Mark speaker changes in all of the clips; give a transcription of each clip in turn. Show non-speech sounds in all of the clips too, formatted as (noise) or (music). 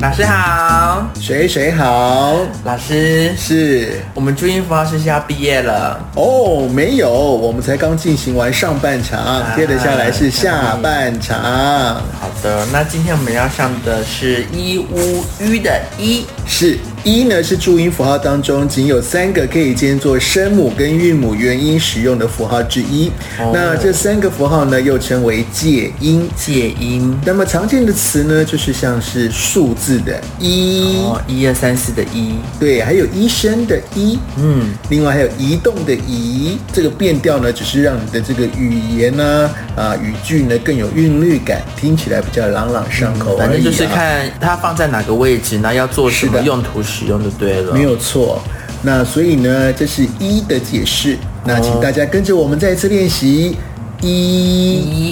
Speaker 1: 老师好，
Speaker 2: 水水好，
Speaker 1: 老师，
Speaker 2: 是
Speaker 1: 我们注音符号是要毕业了，
Speaker 2: 哦，没有，我们才刚进行完上半
Speaker 1: 啊
Speaker 2: 场，接着下来是下半场，
Speaker 1: 好的，那今天我们要上的是一乌吁的一，
Speaker 2: 是
Speaker 1: 嗯
Speaker 2: 一呢是注音符号当中仅有三个可以兼做声母跟韵母元音使用的符号之一，
Speaker 1: 哦
Speaker 2: 那这三个符号呢又称为介音。
Speaker 1: 介音，
Speaker 2: 那么常见的词呢，就是像是数字的一，
Speaker 1: 哦，一二三四的一，
Speaker 2: 对，还有医生的医，
Speaker 1: 嗯，
Speaker 2: 另外还有移动的移，这个变调呢，只是让你的这个语言呢、啊，语句呢更有韵律感，听起来比较朗朗上口
Speaker 1: 反
Speaker 2: 而已、啊
Speaker 1: 正就是看它放在哪个位置，那要做什
Speaker 2: 是
Speaker 1: 么
Speaker 2: 的
Speaker 1: 用途使用就对了。
Speaker 2: 没有错。那所以呢，这是一的解释。那
Speaker 1: 哦
Speaker 2: 请大家跟着我们再一次练习一，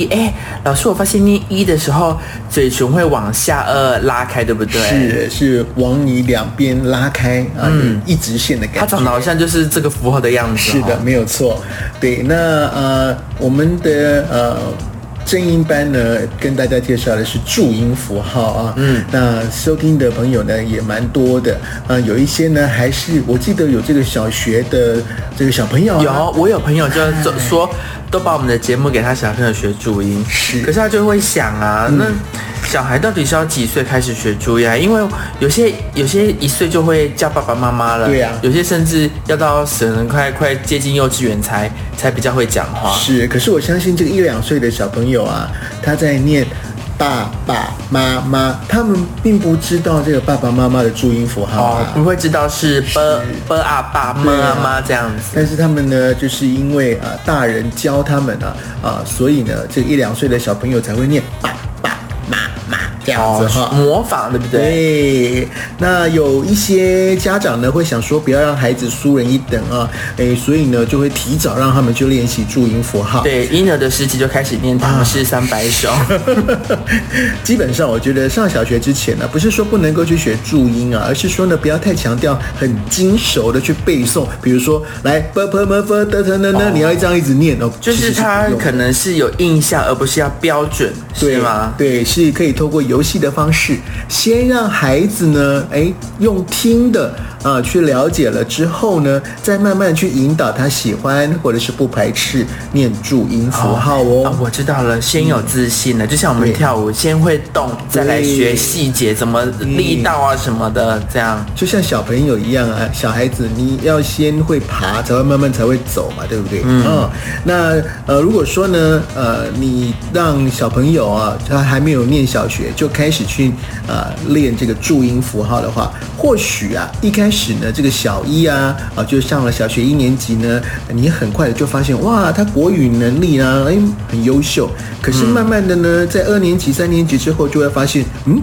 Speaker 1: 一，哎，老师，我发现念一的时候，嘴唇会往下颚拉开，对不对？。
Speaker 2: 是是往你两边拉开啊，
Speaker 1: 嗯
Speaker 2: 有一直线的
Speaker 1: 它
Speaker 2: 感觉。
Speaker 1: 长得好像就是这个符号的样子、
Speaker 2: 是的，，没有错。对，那呃，我们的呃正音班呢，跟大家介绍的是注音符号啊。嗯，那收听的朋友呢也蛮多的，呃，有一些呢还是我记得有这个小学的这个小朋友、啊、
Speaker 1: 有，我有朋友就就说，都把我们的节目给他小朋友学注音，
Speaker 2: 是嗯
Speaker 1: 可是他就会想啊，那小孩到底是要几岁开始学注音啊？因为有些有些一岁就会叫爸爸妈妈了，
Speaker 2: 对啊
Speaker 1: 有些甚至要到可能快快接近幼稚园才才比较会讲话，
Speaker 2: 是，可是我相信这个一两岁的小朋友啊，他在念爸爸妈妈，他们并不知道这个爸爸妈妈的注音符号
Speaker 1: 哦
Speaker 2: 啊。，
Speaker 1: 不会知道是 b b 啊爸妈
Speaker 2: 对
Speaker 1: 啊
Speaker 2: 啊
Speaker 1: 妈这样子，
Speaker 2: 但是他们呢，就是因为啊、大人教他们啊啊、所以呢，这一两岁的小朋友才会念爸爸妈妈这样子哈。
Speaker 1: 哦模仿对不对？
Speaker 2: 对，那有一些家长呢会想说，不要让孩子输人一等啊，诶，所以呢就会提早让他们去练习注音符号。
Speaker 1: 对，婴儿的时期就开始念唐诗三百
Speaker 2: (laughs)
Speaker 1: 首，
Speaker 2: 基本上，我觉得上小学之前啊呢，不是说不能够去学注音啊，而是说呢，不要太强调很精熟的去背诵。比如说，来 b p m f d t n n，你要这样一直念哦。
Speaker 1: 就
Speaker 2: 其
Speaker 1: 是
Speaker 2: 实
Speaker 1: 他
Speaker 2: 不用
Speaker 1: 可能是有印象，而不是要标准，
Speaker 2: 对
Speaker 1: 是吗？
Speaker 2: 对，是可以透过游戏的方式，先让孩子呢，哎，用听的啊、呃去了解了之后呢，再慢慢去引导他喜欢或者是不排斥念注音符号哦。
Speaker 1: 啊，我知道了，先有自信了，就像我们
Speaker 2: 对
Speaker 1: 跳舞，先会动，再来
Speaker 2: 嗯
Speaker 1: 学细节，怎么力道啊什么的，这样。
Speaker 2: 就像小朋友一样啊，小孩子你要先会爬，才会慢慢才会走嘛，对不对？嗯。那呃，如果说呢，呃，你让小朋友啊，他还没有念小学就开始去呃练这个注音符号的话，或许啊，一开始呢，这个小一啊，啊、就上了小学一年级呢，你很快的就发现哇，他国语能力啊，哎，很优秀。可是慢慢的呢，在二年级、三年级之后，就会发现，嗯，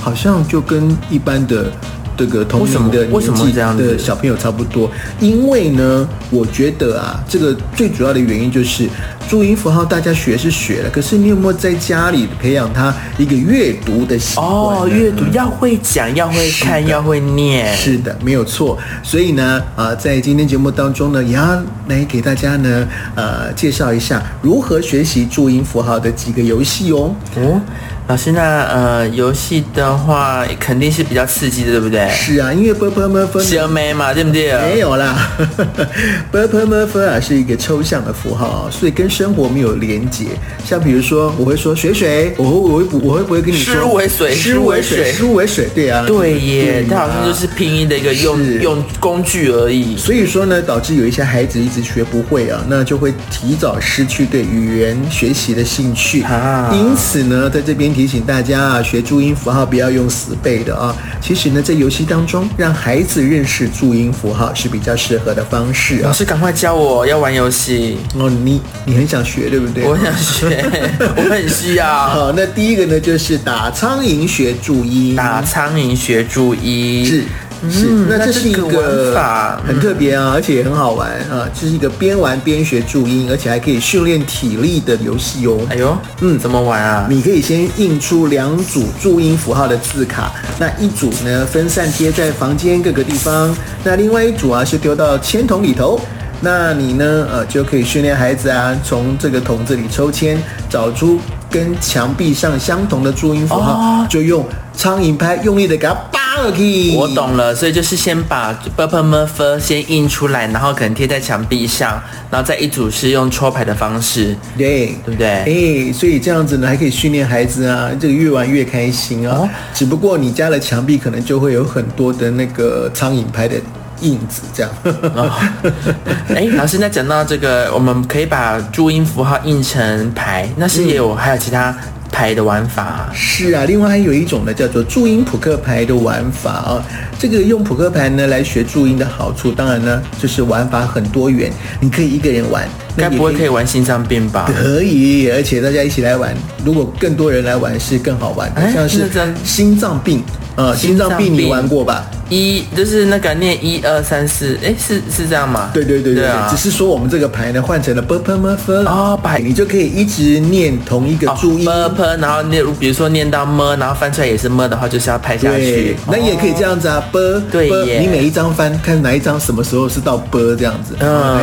Speaker 2: 好像就跟一般的。这个同
Speaker 1: 为什么
Speaker 2: 龄的
Speaker 1: 为什么
Speaker 2: 年纪
Speaker 1: 这样子
Speaker 2: 的小朋友差不多，因为呢，我觉得啊，这个最主要的原因就是注音符号大家学是学了，可是你有没有在家里培养他一个阅读的习惯呢？
Speaker 1: 哦，阅读要会讲，要会看，要会念。
Speaker 2: 是的，没有错。所以呢，啊，在今天节目当中呢，也要来给大家呢，呃，介绍一下如何学习注音符号的几个游戏哦。
Speaker 1: 哦，老师，那呃，游戏的话肯定是比较刺激的，对不对？
Speaker 2: 是啊，因为 b p m f
Speaker 1: 学妹嘛，对不对？
Speaker 2: 没有啦 (laughs) b p m f 啊是一个抽象的符号，所以跟生活没有连结。像比如说，我会说水水，我会我会不我会不会跟你说
Speaker 1: 湿为水
Speaker 2: 湿
Speaker 1: 湿为
Speaker 2: 为
Speaker 1: 水
Speaker 2: 水，湿为水，对啊，
Speaker 1: 对耶，它
Speaker 2: 啊
Speaker 1: 好像就是拼音的一个用
Speaker 2: 是
Speaker 1: 用工具而已。
Speaker 2: 所以说呢，导致有一些孩子一直学不会啊，那就会提早失去对语言学习的兴趣。
Speaker 1: 啊
Speaker 2: 因此呢，在这边提醒大家啊，学注音符号不要用死背的啊。其实呢，在游戏当中，让孩子认识注音符号是比较适合的方式
Speaker 1: 老
Speaker 2: 啊。
Speaker 1: 师，赶快教我要玩游戏，
Speaker 2: 哦，你你很想学对不对？
Speaker 1: (laughs) 我想学，我很需要。
Speaker 2: 好，那第一个呢，就是打苍蝇学注音。
Speaker 1: 打苍蝇学注音
Speaker 2: 是。是，那
Speaker 1: 那
Speaker 2: 这
Speaker 1: 这
Speaker 2: 是一
Speaker 1: 个
Speaker 2: 个
Speaker 1: 玩法
Speaker 2: 很特别啊，而且也很好玩啊，这是一个边玩边学注音，而且还可以训练体力的游戏哦。
Speaker 1: 哎呦，嗯，怎么玩啊？
Speaker 2: 你可以先印出两组注音符号的字卡，那一组呢分散贴在房间各个地方，那另外一组啊是丢到铅筒里头。那你呢，呃，就可以训练孩子啊，从这个筒子里抽签，找出跟墙壁上相同的注音符号，
Speaker 1: 哦
Speaker 2: 就用苍蝇拍用力的给它扒了去。
Speaker 1: 我懂了，所以就是先把 b p m f 先印出来，然后可能贴在墙壁上，然后再一组是用抽牌的方式。
Speaker 2: 对，
Speaker 1: 对不对
Speaker 2: 哎、所以这样子呢，还可以训练孩子啊，这个越玩越开心啊。
Speaker 1: 哦
Speaker 2: 只不过你家的墙壁可能就会有很多的那个苍蝇拍的印子，这样。 (laughs)
Speaker 1: 哎，哦老师，那讲到这个，我们可以把注音符号印成牌，那是也有、还有其他牌的玩法啊、
Speaker 2: 是啊，另外还有一种呢，叫做注音扑克牌的玩法啊。这个用扑克牌呢来学注音的好处，当然呢就是玩法很多元，你可以一个人玩，那
Speaker 1: 该
Speaker 2: 也
Speaker 1: 不会可以玩心脏病吧？
Speaker 2: 可以，而且大家一起来玩，如果更多人来玩是更好玩的，
Speaker 1: 哎
Speaker 2: 像是
Speaker 1: 那这样
Speaker 2: 心脏病啊，心脏
Speaker 1: 心脏
Speaker 2: 病
Speaker 1: 病
Speaker 2: 你玩过吧？
Speaker 1: 一就是那个念一二三四，哎，是是这样吗？
Speaker 2: 对对对对，
Speaker 1: 对啊
Speaker 2: 只是说我们这个牌呢换成了 b p m f
Speaker 1: 哦把
Speaker 2: 你就可以一直念同一个注音。
Speaker 1: 哦、p 然后念，比如说念到么，然后翻出来也是么的话，就是要拍下
Speaker 2: 对
Speaker 1: 去，。哦
Speaker 2: 那也可以这样子啊，啵
Speaker 1: 对
Speaker 2: 啵
Speaker 1: 耶
Speaker 2: 你每一张翻看哪一张什么时候是到啵这样子，
Speaker 1: 嗯
Speaker 2: 哎，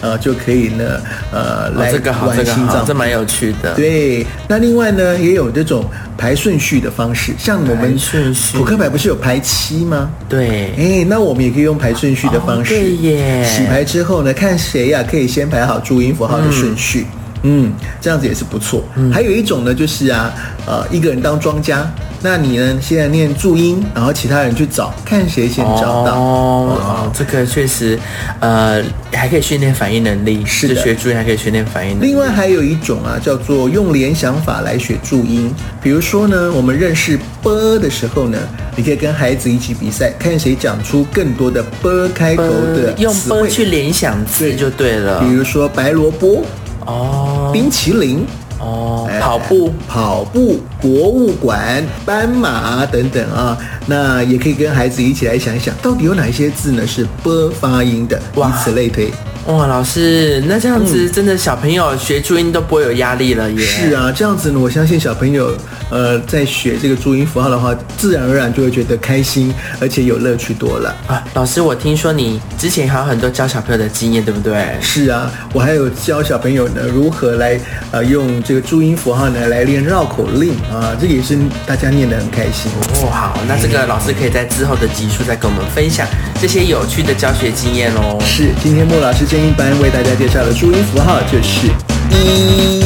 Speaker 2: 呃就可以呢，呃，
Speaker 1: 哦，
Speaker 2: 来
Speaker 1: 这个好，
Speaker 2: 玩
Speaker 1: 这个
Speaker 2: 心
Speaker 1: 好，
Speaker 2: 脏
Speaker 1: 这。蛮有趣的。
Speaker 2: 对，那另外呢，也有这种排顺序的方式，像我们
Speaker 1: 排顺序
Speaker 2: 扑克牌不是有排七吗？
Speaker 1: 对，
Speaker 2: 哎，那我们也可以用排顺序的方式。
Speaker 1: 哦对耶
Speaker 2: 洗牌之后呢，看谁呀、可以先排好注音符号的顺序。嗯这样子也是不错。
Speaker 1: 嗯
Speaker 2: 还有一种呢，就是啊，呃，一个人当庄家，那你呢，现在念注音，然后其他人去找，看谁先找到。
Speaker 1: 哦，哦这个确实，呃，还可以训练反应能力，
Speaker 2: 是的
Speaker 1: 就学注意还可以训练反应能力。
Speaker 2: 另外还有一种啊，叫做用联想法来学注音。比如说呢，我们认识“啵”的时候呢，你可以跟孩子一起比赛，看谁讲出更多的“啵”开头
Speaker 1: 呃
Speaker 2: 的
Speaker 1: 用
Speaker 2: 啊词
Speaker 1: 波
Speaker 2: 汇。
Speaker 1: 去联想字
Speaker 2: 对
Speaker 1: 就对了
Speaker 2: 比。如说白萝卜、
Speaker 1: 哦
Speaker 2: 冰淇淋、
Speaker 1: 哦，
Speaker 2: 哎
Speaker 1: 跑步
Speaker 2: 跑步、博物馆、斑马等等啊，那也可以跟孩子一起来想一想，到底有哪一些字呢是波发音的，
Speaker 1: 哇
Speaker 2: 以此类推。
Speaker 1: 哇，老师，那这样子真的小朋友学注音都不会有压力了耶。
Speaker 2: 嗯是啊，这样子呢，我相信小朋友，呃，在学这个注音符号的话，自然而然就会觉得开心，而且有乐趣多了。
Speaker 1: 啊，老师，我听说你之前还有很多教小朋友的经验，对不对？
Speaker 2: 是啊，我还有教小朋友呢如何来，呃，用这个注音符号呢来练绕口令啊，这个也是大家念得很开心。
Speaker 1: 哦，好，那这个老师可以在之后的集数再跟我们分享这些有趣的教学经验哦。
Speaker 2: 是，今天莫老师建议班为大家介绍的注音符号就是一。